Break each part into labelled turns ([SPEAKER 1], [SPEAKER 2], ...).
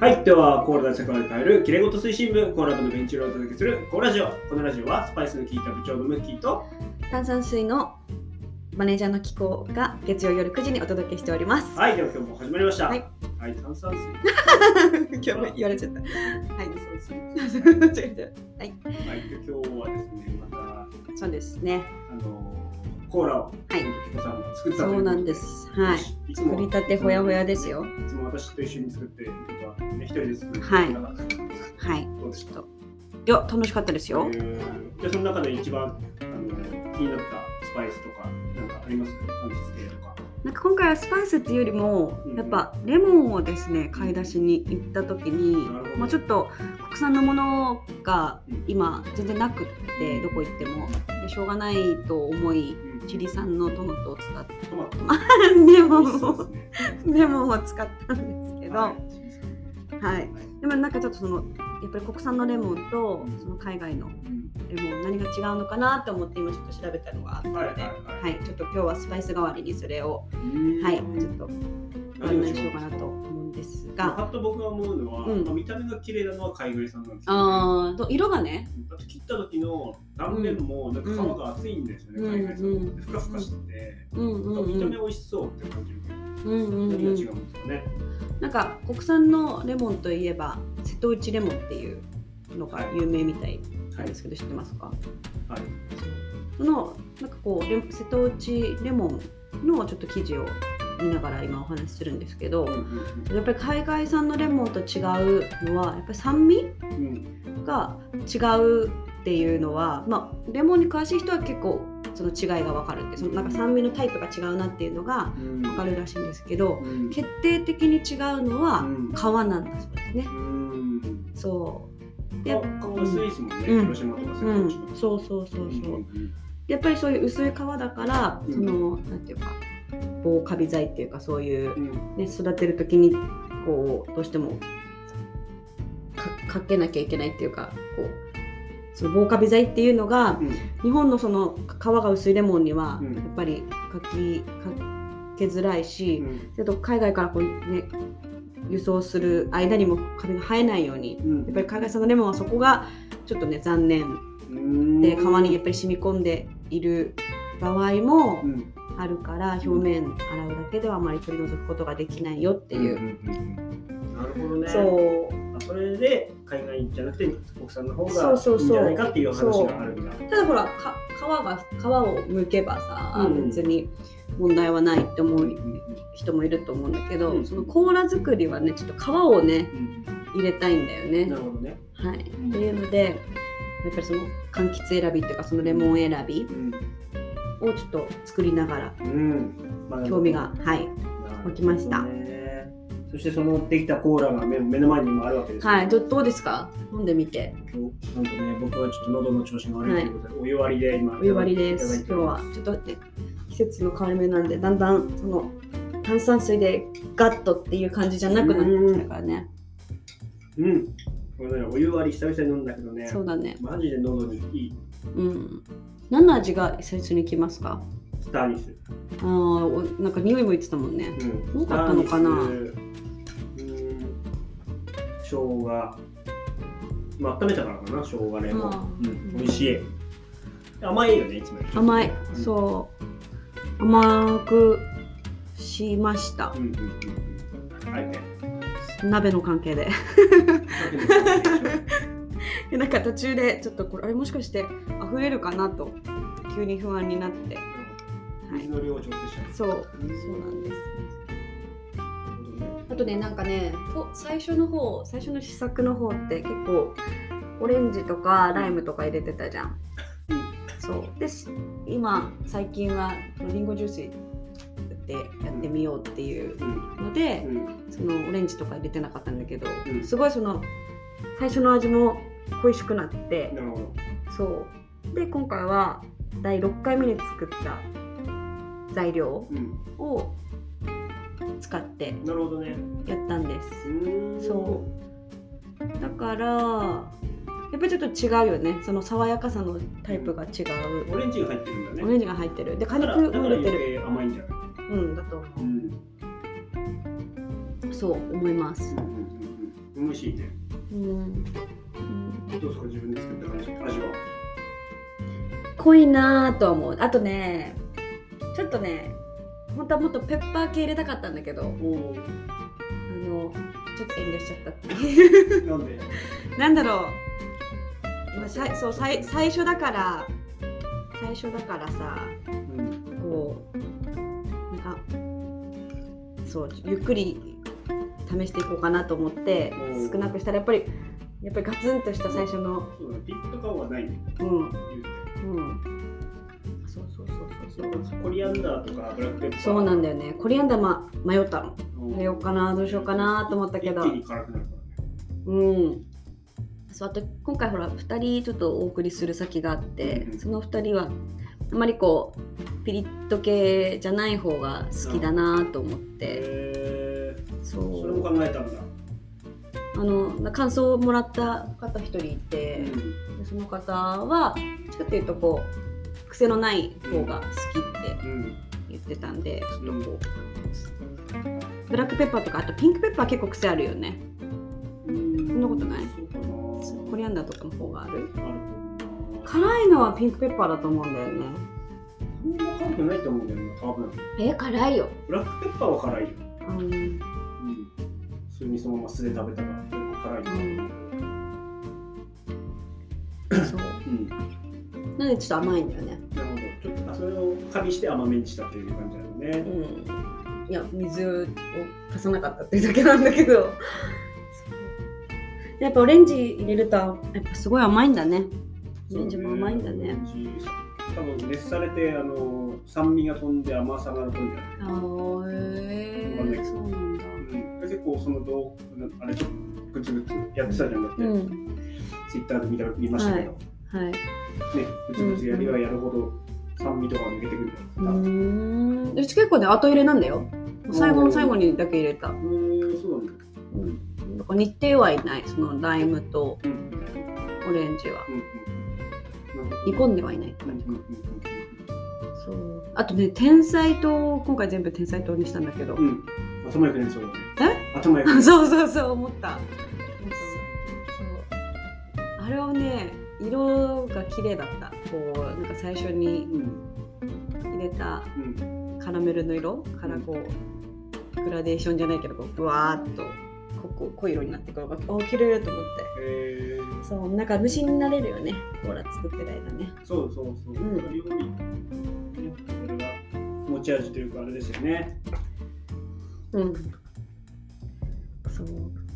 [SPEAKER 1] はい、では、コーラで世界を変える、きれいごと推進部、コーラ部のベンチ裏をお届けする、コーラジオ。このラジオは、スパイスの効いた部長のムッキーと、
[SPEAKER 2] 炭酸水のマネージャーの機構が月曜夜9時にお届けしております。
[SPEAKER 1] はい、では今日も始まりました。は
[SPEAKER 2] はいい、
[SPEAKER 1] 炭酸水。
[SPEAKER 2] 今日も言われちゃった。はい
[SPEAKER 1] 炭、酸水。
[SPEAKER 2] 違う違う。
[SPEAKER 1] はい、で今日はですね、また、
[SPEAKER 2] そうですね。
[SPEAKER 1] あのー、コーラを、
[SPEAKER 2] はい
[SPEAKER 1] きこさんが作ったと
[SPEAKER 2] そ
[SPEAKER 1] いう。
[SPEAKER 2] なんですす。はい。
[SPEAKER 1] いつも
[SPEAKER 2] 作りたてほやほやですよ。
[SPEAKER 1] いつも私と一緒に作って、僕はね、一人で作って
[SPEAKER 2] はい
[SPEAKER 1] なかったんですけ
[SPEAKER 2] はい。
[SPEAKER 1] ど、どうでした
[SPEAKER 2] いや、楽しかったですよ。
[SPEAKER 1] えーじゃあ、その中で一番、あの気になったスパイスとか、なんかあります柑橘系とか。
[SPEAKER 2] なんか今回はスパイスっていうよりも
[SPEAKER 1] うん、
[SPEAKER 2] やっぱレモンをですね、買い出しに行った時に
[SPEAKER 1] なるほど、
[SPEAKER 2] まあちょっと国産のものが
[SPEAKER 1] うん
[SPEAKER 2] 今全然なくって、どこ行っても。でしょうがないと思い、
[SPEAKER 1] うん
[SPEAKER 2] チリ産のトマトを使って、
[SPEAKER 1] トマト。
[SPEAKER 2] レモン
[SPEAKER 1] そ
[SPEAKER 2] を
[SPEAKER 1] うですね
[SPEAKER 2] レモンを使ったんですけど、
[SPEAKER 1] は
[SPEAKER 2] はいい、でもなんかちょっとそのやっぱり国産のレモンとその海外の
[SPEAKER 1] うん
[SPEAKER 2] レモン何が違うのかなと思って今ちょっと調べたのがあったの
[SPEAKER 1] はいはい
[SPEAKER 2] で、は
[SPEAKER 1] はい
[SPEAKER 2] いちょっと今日はスパイス代わりにそれを、はい、ちょっとご
[SPEAKER 1] 何
[SPEAKER 2] 案
[SPEAKER 1] が違う
[SPEAKER 2] 内
[SPEAKER 1] ん
[SPEAKER 2] しよ
[SPEAKER 1] で
[SPEAKER 2] う
[SPEAKER 1] す
[SPEAKER 2] かなと思うんです
[SPEAKER 1] パ
[SPEAKER 2] が、
[SPEAKER 1] ッと僕が思うのは、
[SPEAKER 2] うん
[SPEAKER 1] まあ、見た目が綺麗なのは海外産なんですよ、ね。
[SPEAKER 2] あーと色がね、
[SPEAKER 1] あと切った時の断面もなんか皮が厚いんですよね、
[SPEAKER 2] うん
[SPEAKER 1] 海外産
[SPEAKER 2] う
[SPEAKER 1] の。
[SPEAKER 2] ん
[SPEAKER 1] ふかふかしてて、
[SPEAKER 2] うんうん
[SPEAKER 1] 見
[SPEAKER 2] う
[SPEAKER 1] た
[SPEAKER 2] ん
[SPEAKER 1] 目美味しそうって感じるけど、
[SPEAKER 2] うんうん
[SPEAKER 1] 何が違
[SPEAKER 2] うん、
[SPEAKER 1] うんですかね。
[SPEAKER 2] なんか国産のレモンといえば瀬戸内レモンっていうのが有名みたいなんですけど知ってますか
[SPEAKER 1] はい。
[SPEAKER 2] そのなんかこうレ瀬戸内レモンのちょっと記事を見ながら今お話しするんですけど
[SPEAKER 1] うん
[SPEAKER 2] やっぱり海外産のレモンと違うのはやっぱり酸味
[SPEAKER 1] うんうん
[SPEAKER 2] が違うっていうのは、まあ、レモンに詳しい人は結構その違いが分かるってそのなんか酸味のタイプが違うなっていうのが
[SPEAKER 1] うん
[SPEAKER 2] 分かるらしいんですけど
[SPEAKER 1] うん
[SPEAKER 2] 決定的に違うのは
[SPEAKER 1] うん
[SPEAKER 2] 皮なんだそうですね。
[SPEAKER 1] うん
[SPEAKER 2] そう
[SPEAKER 1] か
[SPEAKER 2] で
[SPEAKER 1] かっこいいスイーツもね、
[SPEAKER 2] うん
[SPEAKER 1] 広島とか瀬
[SPEAKER 2] う
[SPEAKER 1] 戸
[SPEAKER 2] ん
[SPEAKER 1] 内と、か。
[SPEAKER 2] そうそうそう
[SPEAKER 1] うん
[SPEAKER 2] そう
[SPEAKER 1] う。ん
[SPEAKER 2] やっぱりそういう薄い皮だから、
[SPEAKER 1] うん
[SPEAKER 2] そのなんていうか防カビ剤っていうかそういう、
[SPEAKER 1] うん
[SPEAKER 2] ね、育てる時にこうどうしてもかかけなきゃいけないっていうかこうその防カビ剤っていうのが
[SPEAKER 1] うん
[SPEAKER 2] 日本のその皮が薄いレモンには
[SPEAKER 1] うん
[SPEAKER 2] やっぱりかきかけづらいし、
[SPEAKER 1] うん
[SPEAKER 2] あと海外からこう、ね、輸送する間にもカビが生えないように
[SPEAKER 1] うん
[SPEAKER 2] やっぱり海外産のレモンはそこがちょっとね残念で皮にやっぱり染み込んでいる場合も
[SPEAKER 1] うん
[SPEAKER 2] あるから表面洗うだけではあまり取り除くことができないよっていう、
[SPEAKER 1] なるほどね
[SPEAKER 2] そう
[SPEAKER 1] あそれで海外じゃなくて国産の方
[SPEAKER 2] そ
[SPEAKER 1] が
[SPEAKER 2] うそう
[SPEAKER 1] い
[SPEAKER 2] そう
[SPEAKER 1] いんじゃないかっていう話があるんだ
[SPEAKER 2] ただほらか皮が皮を剥けばさ、
[SPEAKER 1] うん
[SPEAKER 2] 別に問題はないって思
[SPEAKER 1] うん
[SPEAKER 2] う人もいると思うんだけど、
[SPEAKER 1] うん
[SPEAKER 2] そのコーラ作りはねちょっと皮をね
[SPEAKER 1] うん
[SPEAKER 2] 入れたいんだよ
[SPEAKER 1] うん
[SPEAKER 2] ね
[SPEAKER 1] なる。ほどね
[SPEAKER 2] はい、って
[SPEAKER 1] ん
[SPEAKER 2] いうのでやっぱりその柑橘選びっていうかそのレモン選び
[SPEAKER 1] うん
[SPEAKER 2] をちょっと作りながら
[SPEAKER 1] うんまあ
[SPEAKER 2] 興味がはい湧きました
[SPEAKER 1] なるほどねそしてそのできたコーラが目目の前に今あるわけです
[SPEAKER 2] はいどどうですか飲んでみて
[SPEAKER 1] 今日なんとね僕はちょっと喉の調子が悪いということでお湯割りで今
[SPEAKER 2] お湯割りです。
[SPEAKER 1] い
[SPEAKER 2] 今
[SPEAKER 1] ただいてま
[SPEAKER 2] 日はちょっと待って季節の変わり目なんでだんだんその炭酸水でガッとっていう感じじゃなくなってきたからね。
[SPEAKER 1] うんこれねお湯割り久々に飲んだけどね
[SPEAKER 2] そうだね。
[SPEAKER 1] マジで喉にいい
[SPEAKER 2] うん。何の味が最初にきますか。
[SPEAKER 1] スターニス
[SPEAKER 2] ああ、おなんか匂いも言ってたもんね。
[SPEAKER 1] うん
[SPEAKER 2] 多かったのかな
[SPEAKER 1] うーん生姜まあ温めたからかな生姜レモ
[SPEAKER 2] あ
[SPEAKER 1] ン、う
[SPEAKER 2] ー
[SPEAKER 1] ん、美味しい甘いよねいつもより
[SPEAKER 2] 甘い。
[SPEAKER 1] うん
[SPEAKER 2] そう。甘くしました
[SPEAKER 1] う。んうんうんうんはいね
[SPEAKER 2] 鍋の関係で。
[SPEAKER 1] さ
[SPEAKER 2] でなんか途中でちょっとこれあれもしかして溢れるかなと急に不安になって。は
[SPEAKER 1] っきの水
[SPEAKER 2] い。
[SPEAKER 1] の量を調整した
[SPEAKER 2] そう。そうなんです。あとねなんかねと最初の方最初の試作の方って結構オレンジとかライムとか入れてたじゃん。
[SPEAKER 1] うん
[SPEAKER 2] そうでし今最近はリンゴジュースでやってみようっていう
[SPEAKER 1] うん
[SPEAKER 2] ので、
[SPEAKER 1] うん
[SPEAKER 2] そのオレンジとか入れてなかったんだけど、
[SPEAKER 1] うん
[SPEAKER 2] すごいその最初の味も恋しくなって、
[SPEAKER 1] なるほど
[SPEAKER 2] そうで今回は第6回目に作った材料
[SPEAKER 1] うん
[SPEAKER 2] を使って
[SPEAKER 1] なるほどね
[SPEAKER 2] やったんです。
[SPEAKER 1] うーん
[SPEAKER 2] そだからやっぱりちょっと違うよねその爽やかさのタイプが違う、
[SPEAKER 1] オレンジが入ってるんだ
[SPEAKER 2] オ
[SPEAKER 1] ね
[SPEAKER 2] レンジが入ってるで果
[SPEAKER 1] だから
[SPEAKER 2] 肉
[SPEAKER 1] だ
[SPEAKER 2] も
[SPEAKER 1] から
[SPEAKER 2] 入
[SPEAKER 1] 余
[SPEAKER 2] れてる
[SPEAKER 1] 計甘いんじゃない
[SPEAKER 2] うんだと思
[SPEAKER 1] うん
[SPEAKER 2] うそう思います
[SPEAKER 1] うんうんうんうん美味しいね。
[SPEAKER 2] うん、
[SPEAKER 1] どうですか、自分で作った感じ、味は。
[SPEAKER 2] 濃いなぁとは思うあとねちょっとね本当はもっとペッパー系入れたかったんだけど
[SPEAKER 1] おお、
[SPEAKER 2] あのちょっと遠慮しちゃったっていう
[SPEAKER 1] なんで。
[SPEAKER 2] なんだろう、まあ、さいそうさい最初だから最初だからさ
[SPEAKER 1] うん、
[SPEAKER 2] こうなんかそうゆっくり試していこうかなと思って
[SPEAKER 1] うん
[SPEAKER 2] 少なくしたらやっぱりやっぱりガツンとした最初の
[SPEAKER 1] そうだね、ピッと感はないね。
[SPEAKER 2] うん
[SPEAKER 1] 言うて
[SPEAKER 2] うんそうそうそうそうそう
[SPEAKER 1] コリアンダーとかブラックペッパー
[SPEAKER 2] そうなんだよねコリアンダー、ま、迷ったの
[SPEAKER 1] うん
[SPEAKER 2] 入れようかなどうしようかなと思ったけど
[SPEAKER 1] 一気に辛くなるからね
[SPEAKER 2] うんそうあと今回ほら2人ちょっとお送りする先があって、
[SPEAKER 1] うんうん
[SPEAKER 2] その2人はあまりこうピリッと系じゃない方が好きだなと思って、
[SPEAKER 1] へー
[SPEAKER 2] そ
[SPEAKER 1] それも
[SPEAKER 2] う
[SPEAKER 1] 考えたんだ、
[SPEAKER 2] あの感想をもらった方1人いて、
[SPEAKER 1] う
[SPEAKER 2] でその方はどっちかっていうとこう癖のない方が好きって
[SPEAKER 1] んうん
[SPEAKER 2] 言ってたんでちょっとこうブラックペッパーとかあとピンクペッパー結構癖あるよね
[SPEAKER 1] うん
[SPEAKER 2] そんなことない
[SPEAKER 1] そうかな
[SPEAKER 2] コリアンダーとかの方がある
[SPEAKER 1] あると思うな
[SPEAKER 2] 辛いのはピンクペッパーだと思うんだよね
[SPEAKER 1] そんな辛くないと思うんだよな多分
[SPEAKER 2] え辛いよ
[SPEAKER 1] ブラックペッパーは辛いよ、
[SPEAKER 2] うん
[SPEAKER 1] うん、普通にそのまま素で食べたから結構辛いよ、
[SPEAKER 2] そう
[SPEAKER 1] うん、
[SPEAKER 2] なんでちょっと甘いんだよね
[SPEAKER 1] なるほどちょっとあそれを加味して甘めにしたっていう感じだよ
[SPEAKER 2] う
[SPEAKER 1] ね、
[SPEAKER 2] んいや水を足さなかったっていうだけなんだけどやっぱオレンジ入れるとやっぱすごい甘いんだねオレンジも甘いんだね
[SPEAKER 1] そうね多分熱されてあの酸味が飛んで甘さが飛んじゃない
[SPEAKER 2] あーへ
[SPEAKER 1] わかんな
[SPEAKER 2] え
[SPEAKER 1] い
[SPEAKER 2] そうなんだ
[SPEAKER 1] うん、結構その動画あれちょっとグツグツやってたじゃんだって、
[SPEAKER 2] うん
[SPEAKER 1] ツイッターで見た見ましたけど、
[SPEAKER 2] はい
[SPEAKER 1] ねグツグツやればやるほど酸味とか抜けてくる
[SPEAKER 2] う
[SPEAKER 1] から、うん、
[SPEAKER 2] ーんうち結構ね後入れなんだよ最後の最後にだけ入れた
[SPEAKER 1] ーんそうなんだ
[SPEAKER 2] うん、なんか日程はいないそのライムと
[SPEAKER 1] うんうんうん
[SPEAKER 2] オレンジは
[SPEAKER 1] うんなるほど
[SPEAKER 2] 煮込んではいないって
[SPEAKER 1] うんう
[SPEAKER 2] 感
[SPEAKER 1] ん
[SPEAKER 2] じ
[SPEAKER 1] うん
[SPEAKER 2] そうあとね天才糖今回全部天才糖にしたんだけど、
[SPEAKER 1] うんうん頭良くなりそうだね頭良くな
[SPEAKER 2] え
[SPEAKER 1] りそう
[SPEAKER 2] そうそうそう思ったそうあれはね色が綺麗だったこうなんか最初に
[SPEAKER 1] うん
[SPEAKER 2] 入れた
[SPEAKER 1] うん
[SPEAKER 2] カラメルの色からこうグラデーションじゃないけどこうブワーっとここ濃い色になってくるのがお綺麗と思って
[SPEAKER 1] えー
[SPEAKER 2] そうなんか虫になれるよねコーラ作ってる間ね
[SPEAKER 1] そうそうそう、
[SPEAKER 2] うん
[SPEAKER 1] 料理ねそれが持ち味というかあれですよね
[SPEAKER 2] うんそう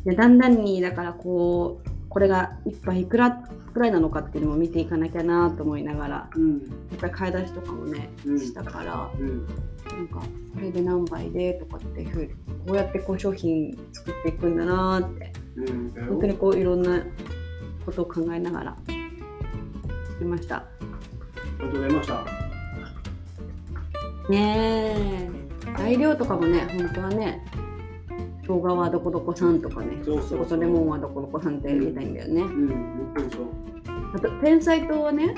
[SPEAKER 2] でだんだんにだからこうこれが一杯いくらくらいなのかっていうのも見ていかなきゃなと思いながらや
[SPEAKER 1] うん
[SPEAKER 2] っぱり買い出しとかもね
[SPEAKER 1] うん
[SPEAKER 2] したから、
[SPEAKER 1] うん
[SPEAKER 2] なんかこれで何杯でとかっていうふうにこうやってこう商品作っていくんだなって
[SPEAKER 1] うんだよ
[SPEAKER 2] 本当にこういろんなことを考えながら作りました
[SPEAKER 1] ありがとうございました
[SPEAKER 2] ねえ材料とかもね本当はね動画はどこどこさんとかね
[SPEAKER 1] そうそうそう
[SPEAKER 2] こことレモンはどこどこさんって入れたいんだよね
[SPEAKER 1] うん本当にそう
[SPEAKER 2] あと天才糖はね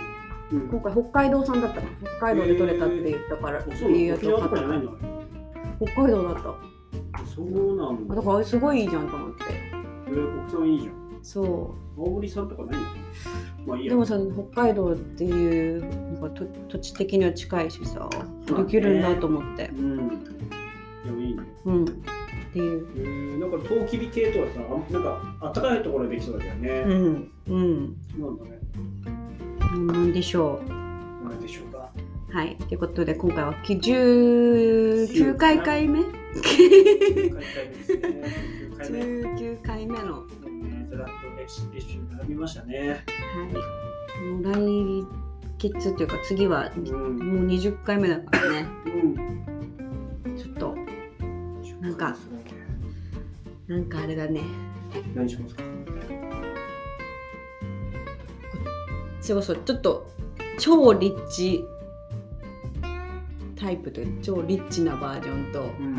[SPEAKER 1] うん
[SPEAKER 2] 今回北海道産だったの北海道で採れたって言ったから、
[SPEAKER 1] あ
[SPEAKER 2] って
[SPEAKER 1] そうな
[SPEAKER 2] いう
[SPEAKER 1] の
[SPEAKER 2] やつ
[SPEAKER 1] 沖縄
[SPEAKER 2] を
[SPEAKER 1] とか
[SPEAKER 2] 買
[SPEAKER 1] じゃ
[SPEAKER 2] った
[SPEAKER 1] ない
[SPEAKER 2] か
[SPEAKER 1] のあ
[SPEAKER 2] ら北海道だったあ
[SPEAKER 1] れそうなんだ
[SPEAKER 2] だからあれすごいいいじゃんと思って
[SPEAKER 1] えー国産いいじゃん
[SPEAKER 2] そ
[SPEAKER 1] 青森産とかないのまあいういや
[SPEAKER 2] でもさ北海道っていうなんかと土地的には近いしさ
[SPEAKER 1] そうだね
[SPEAKER 2] できるんだと思って
[SPEAKER 1] うんでもいいね
[SPEAKER 2] うんっていう
[SPEAKER 1] えーなんかトウキビ系とかさあなんかあったかいところでできそうだよ
[SPEAKER 2] う
[SPEAKER 1] ね、
[SPEAKER 2] んうん
[SPEAKER 1] そうなんだね
[SPEAKER 2] なんでしょう
[SPEAKER 1] なんでしょう か
[SPEAKER 2] はい、ということで今回はき19回回目
[SPEAKER 1] 9回目ですね9回目ね
[SPEAKER 2] 19回目の、は
[SPEAKER 1] ずらっと歴史歴史を並びましたね
[SPEAKER 2] い、もう来月というか次は
[SPEAKER 1] う
[SPEAKER 2] も
[SPEAKER 1] ん
[SPEAKER 2] う20回目だからね
[SPEAKER 1] うん
[SPEAKER 2] ちょっとなんかなんかあれだね
[SPEAKER 1] 何しますか
[SPEAKER 2] それこそちょっと超リッチタイプという超リッチなバージョンと
[SPEAKER 1] うん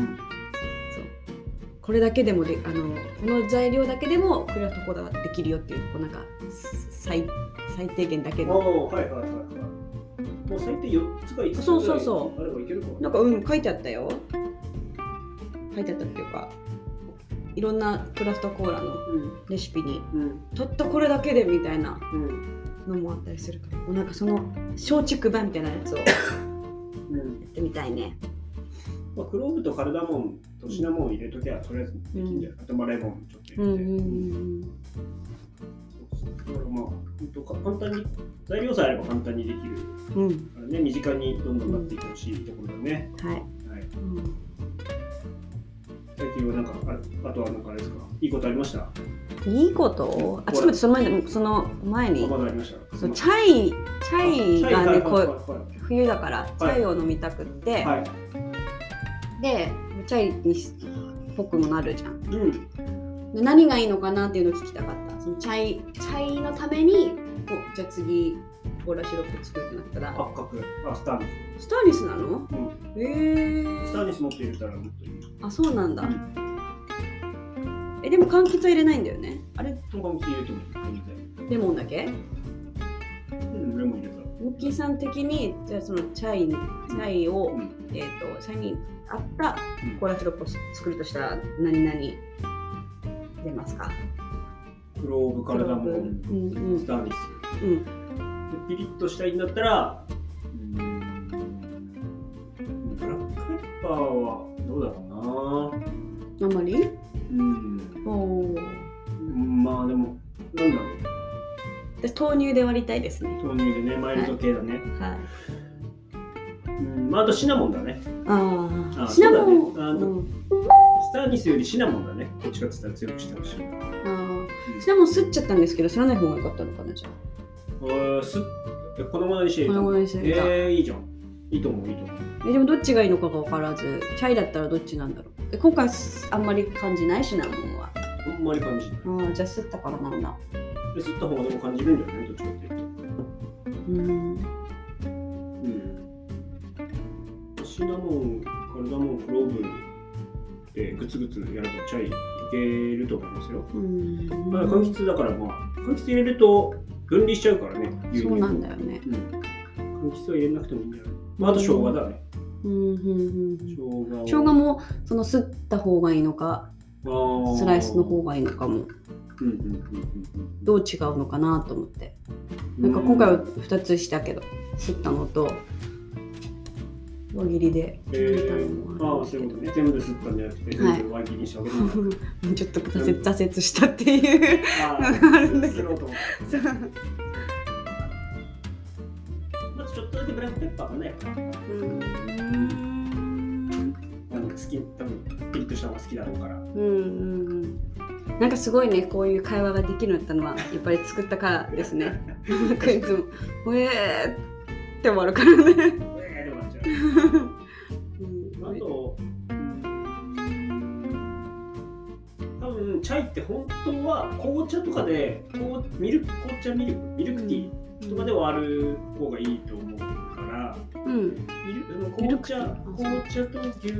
[SPEAKER 2] そうこれだけでもであのこの材料だけでもこれはとこだわできるよっていうこうなんか最最低限だけの
[SPEAKER 1] おーはいはいはいはいもう最低4つか5つ
[SPEAKER 2] そうそうそう
[SPEAKER 1] ぐらいあればいけるか
[SPEAKER 2] なんかうん書いてあったよ書いてあったっていうかいろんなクラフトコーラの
[SPEAKER 1] うん
[SPEAKER 2] レシピに
[SPEAKER 1] うん
[SPEAKER 2] たったこれだけでみたいな
[SPEAKER 1] うん
[SPEAKER 2] のもあったりするからもうなんかその松竹版みたいなやつをや
[SPEAKER 1] うん
[SPEAKER 2] ってみたいね
[SPEAKER 1] まあ、クローブとカルダモンとシナモン入れときゃとりあえずできんじゃない、あとまあレモンちょっと
[SPEAKER 2] うん
[SPEAKER 1] 入
[SPEAKER 2] う
[SPEAKER 1] れて、
[SPEAKER 2] ん
[SPEAKER 1] そうそうだからまあ本当か簡単に材料さえあれば簡単にできる
[SPEAKER 2] うんうん
[SPEAKER 1] からね身近にどんどんなっていってほしいところだよね、
[SPEAKER 2] はい、
[SPEAKER 1] はい、
[SPEAKER 2] うん
[SPEAKER 1] 最近はなんかああとはなんかあれですかいいことありました
[SPEAKER 2] いいことあちょっと待ってその前にその前に
[SPEAKER 1] まだありました
[SPEAKER 2] そうチャイチャイがねこう
[SPEAKER 1] う
[SPEAKER 2] 冬だからチャイを飲みたくって、
[SPEAKER 1] はい
[SPEAKER 2] でチャイにしっぽくもなるじゃん
[SPEAKER 1] うん
[SPEAKER 2] で何がいいのかなっていうのを聞きたかったそのチャイチャイのためにおじゃあ次コーラシロップ作るってなったら
[SPEAKER 1] 八角あスターニ
[SPEAKER 2] スターニスなの
[SPEAKER 1] ス、うん、
[SPEAKER 2] え
[SPEAKER 1] スター
[SPEAKER 2] ー、
[SPEAKER 1] ニス持って入れたらもっといい
[SPEAKER 2] あそうなんだ、
[SPEAKER 1] う
[SPEAKER 2] えでも柑橘は入れないんだよねあれ
[SPEAKER 1] トンカム入れてもいい全
[SPEAKER 2] レモンだけ
[SPEAKER 1] 然うんレモン入れたら
[SPEAKER 2] ムッキーさん的にじゃあそのチャイにチャイを、
[SPEAKER 1] うん
[SPEAKER 2] えっ、とチャイに合ったコーラシロップを作るとしたら何々出ますか
[SPEAKER 1] クローブカルダモ
[SPEAKER 2] う
[SPEAKER 1] ン
[SPEAKER 2] んうん
[SPEAKER 1] スターニス
[SPEAKER 2] うん
[SPEAKER 1] でピリッとしたいんだったらうーんブラックペッパーはどうだろうな
[SPEAKER 2] あんまり
[SPEAKER 1] うん
[SPEAKER 2] おお
[SPEAKER 1] うんまあでもなんだろう
[SPEAKER 2] 私豆乳で割りたいですね
[SPEAKER 1] 豆乳でねマイルド系だね、
[SPEAKER 2] はい
[SPEAKER 1] うんまああとシナモンだね
[SPEAKER 2] あ
[SPEAKER 1] あ
[SPEAKER 2] あ、シナモ
[SPEAKER 1] そ
[SPEAKER 2] ン。
[SPEAKER 1] うだねあの
[SPEAKER 2] うん
[SPEAKER 1] スターニスよりシナモンだねどっちかって言ったら強くしてほしい
[SPEAKER 2] あーシナモンすっちゃったんですけど、すらない方が良かったのかな、じゃあ。
[SPEAKER 1] えーすえ粉々にして
[SPEAKER 2] このぐらいにしてみたえ
[SPEAKER 1] えー、いいじゃんいいと思ういいと思う
[SPEAKER 2] でもどっちがいいのかが分からず、チャイだったらどっちなんだろう。え今回あんまり感じないシナモンは。
[SPEAKER 1] あんまり感じない
[SPEAKER 2] ああ、じゃあすったからなんだ。
[SPEAKER 1] で吸った方がでも感じるんじゃないどっちかっていうと
[SPEAKER 2] うん。
[SPEAKER 1] うんシナモンカルダモンクローブでグツグツやればチャイいけると思いますよ
[SPEAKER 2] うん。
[SPEAKER 1] まあ柑橘だからまあ柑橘入れると分離しちゃうからね牛乳
[SPEAKER 2] そうなんだよね。
[SPEAKER 1] うん柑橘は入れなくてもいいんじゃない、まあ、あと生姜だね
[SPEAKER 2] うんうんうんうん
[SPEAKER 1] 生姜を
[SPEAKER 2] 生姜もそのすった方がいいのか、
[SPEAKER 1] あー
[SPEAKER 2] スライスの方がいいのかも、
[SPEAKER 1] うんうんうんうん
[SPEAKER 2] どう違うのかなと思って。
[SPEAKER 1] う
[SPEAKER 2] なんんか今回は2つしたけど、すったのと、輪切りで
[SPEAKER 1] え
[SPEAKER 2] 切ったの
[SPEAKER 1] ー、
[SPEAKER 2] も
[SPEAKER 1] あ
[SPEAKER 2] あ
[SPEAKER 1] あ
[SPEAKER 2] るんです
[SPEAKER 1] そういう
[SPEAKER 2] けど
[SPEAKER 1] こと。ね全部吸ったんじゃなくて
[SPEAKER 2] はい
[SPEAKER 1] 全部輪切りにしたわけだ から、
[SPEAKER 2] ちょっと挫折挫折したっていう。
[SPEAKER 1] あ
[SPEAKER 2] あるんだけ
[SPEAKER 1] 吸
[SPEAKER 2] ど
[SPEAKER 1] ろうと思ってまずちょっとだけブラックペッパーかなやっぱあの好き多分ピリッとした方が好きだろうから
[SPEAKER 2] うんうんうんなんかすごいねこういう会話ができるようになったのはやっぱり作ったからですね。なんかいつも「うえー!」って終わるからね。
[SPEAKER 1] ええでもなっちゃ
[SPEAKER 2] うん
[SPEAKER 1] うあと多分チャイって本当は紅茶とかでこうミルク紅茶ミルクミルクティーとかで割る方がいいと思うから
[SPEAKER 2] うん
[SPEAKER 1] ミルあの
[SPEAKER 2] ミル
[SPEAKER 1] 紅
[SPEAKER 2] クテ
[SPEAKER 1] 茶
[SPEAKER 2] ィー
[SPEAKER 1] 紅茶と牛乳を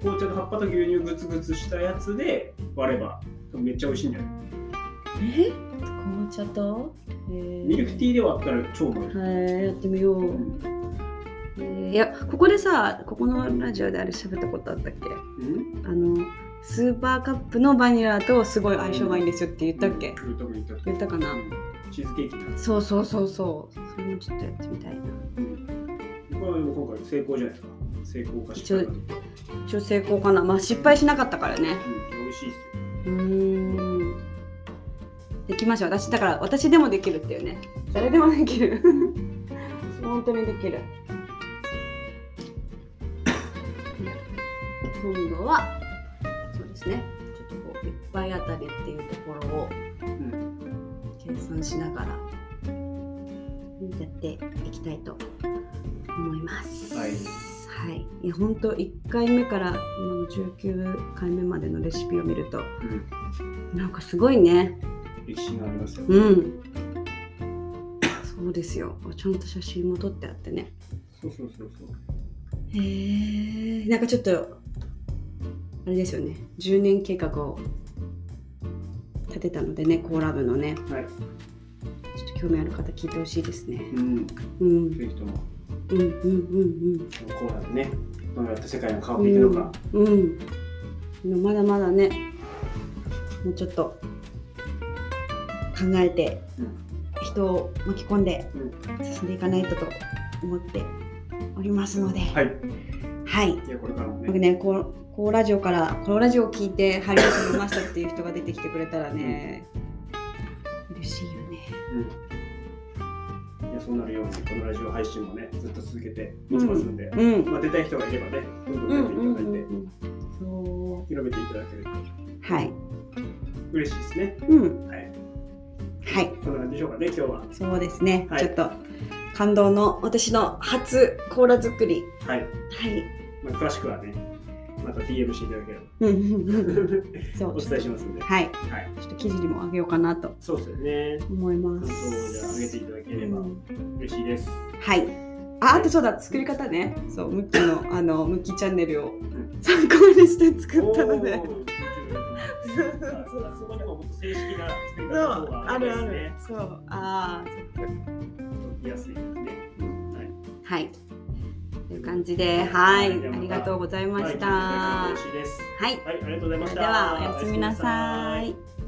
[SPEAKER 1] 紅茶の葉っぱと牛乳グツグツしたやつで割れば多分めっちゃ美味しいんじゃない
[SPEAKER 2] え紅茶と、えー
[SPEAKER 1] ミルクティーで割ったら超うまい、
[SPEAKER 2] はいやってみよう。えーいやここでさここのラジオであれ喋ったことあったっけ
[SPEAKER 1] うん
[SPEAKER 2] あのスーパーカップのバニラとすごい相性がいいんですよって言ったっけ、
[SPEAKER 1] 言った言った
[SPEAKER 2] 言ったかな
[SPEAKER 1] チーズケーキだ
[SPEAKER 2] そうそうそうそうそれもちょっとやってみたいな
[SPEAKER 1] これはでも今回成功じゃないですか成功か失敗かと、うん、
[SPEAKER 2] 一応成功かなまあ失敗しなかったからね
[SPEAKER 1] 美味しいっすよ
[SPEAKER 2] うーんできました私だから私でもできるっていうね誰でもできる 本当にできる今度はそうですねちょっとこういっぱいあたりっていうところを
[SPEAKER 1] うん
[SPEAKER 2] 計算しながらやっていきたいと思います。
[SPEAKER 1] はい
[SPEAKER 2] はい。いや本当1回目から今の19回目までのレシピを見ると
[SPEAKER 1] うん
[SPEAKER 2] なんかすごいね。
[SPEAKER 1] 歴史がありますよ、
[SPEAKER 2] うん。そうですよ。ちゃんと写真も撮ってあってね。
[SPEAKER 1] そうそうそうそう
[SPEAKER 2] へえ。なんかちょっとあれですよね。10年計画を立てたのでね、コーラ部のね、
[SPEAKER 1] はい
[SPEAKER 2] ちょっと興味ある方聞いてほしいですね。
[SPEAKER 1] うんぜ
[SPEAKER 2] うん。
[SPEAKER 1] ひとも
[SPEAKER 2] うんうんうん
[SPEAKER 1] このコーナーでねどうやって世界が変わっていくのか、
[SPEAKER 2] うんうんでもまだまだねもうちょっと考えて、
[SPEAKER 1] うん
[SPEAKER 2] 人を巻き込んで
[SPEAKER 1] うん
[SPEAKER 2] 進んでいかないとと思っておりますので、
[SPEAKER 1] はい。
[SPEAKER 2] はい、
[SPEAKER 1] いや、これからも
[SPEAKER 2] 僕
[SPEAKER 1] ね。
[SPEAKER 2] ねこうこうラジオからこのラジオを聞いてハリウッド見ましたっていう人が出てきてくれたらね嬉しいよね
[SPEAKER 1] いや、そうなるように、このラジオ配信もね、ずっと続けていきますんで、
[SPEAKER 2] うん
[SPEAKER 1] まあ、出たい人がいればね、どん
[SPEAKER 2] う
[SPEAKER 1] ど
[SPEAKER 2] ん
[SPEAKER 1] ん
[SPEAKER 2] う
[SPEAKER 1] 出
[SPEAKER 2] ん
[SPEAKER 1] ていただいて、
[SPEAKER 2] うんそ
[SPEAKER 1] 広めていただけると
[SPEAKER 2] うはい
[SPEAKER 1] 嬉しいですね。
[SPEAKER 2] うん
[SPEAKER 1] はい。
[SPEAKER 2] はい
[SPEAKER 1] そんな感じでしょうかね、今日は。
[SPEAKER 2] そうですね、
[SPEAKER 1] はい
[SPEAKER 2] ちょっと感動の私の初コーラ作り
[SPEAKER 1] はい。
[SPEAKER 2] はい
[SPEAKER 1] まあ、詳しくはね、また DM していただけ れば
[SPEAKER 2] うんうん うんそう
[SPEAKER 1] お伝えしますんで。
[SPEAKER 2] はい
[SPEAKER 1] はい。
[SPEAKER 2] ちょっと記事にもあげようかなと
[SPEAKER 1] そうですよね。
[SPEAKER 2] 思いま
[SPEAKER 1] 感想をじゃあ上げ
[SPEAKER 2] す
[SPEAKER 1] ていただければ
[SPEAKER 2] うん
[SPEAKER 1] 嬉しいです。
[SPEAKER 2] はいああとそうだ作り方ねそうムッキーのあのムッキーチャンネルを
[SPEAKER 1] ん
[SPEAKER 2] 参考にして作ったので、
[SPEAKER 1] おー YouTube だとあそこにももっと正式な作り
[SPEAKER 2] そ
[SPEAKER 1] 方の方
[SPEAKER 2] う、
[SPEAKER 1] が
[SPEAKER 2] あるあ
[SPEAKER 1] いい
[SPEAKER 2] る
[SPEAKER 1] で。
[SPEAKER 2] そう、ああ、そっか
[SPEAKER 1] すね。見やすいですね。はい。
[SPEAKER 2] はい。という感じで、はい、
[SPEAKER 1] はいではまた
[SPEAKER 2] ありがとうございました。
[SPEAKER 1] はい聞いていただけ
[SPEAKER 2] は
[SPEAKER 1] ると嬉しいです。
[SPEAKER 2] い、
[SPEAKER 1] はい、ありがとうございまし
[SPEAKER 2] で
[SPEAKER 1] た。
[SPEAKER 2] は、おやすみな
[SPEAKER 1] おやすみな
[SPEAKER 2] さい。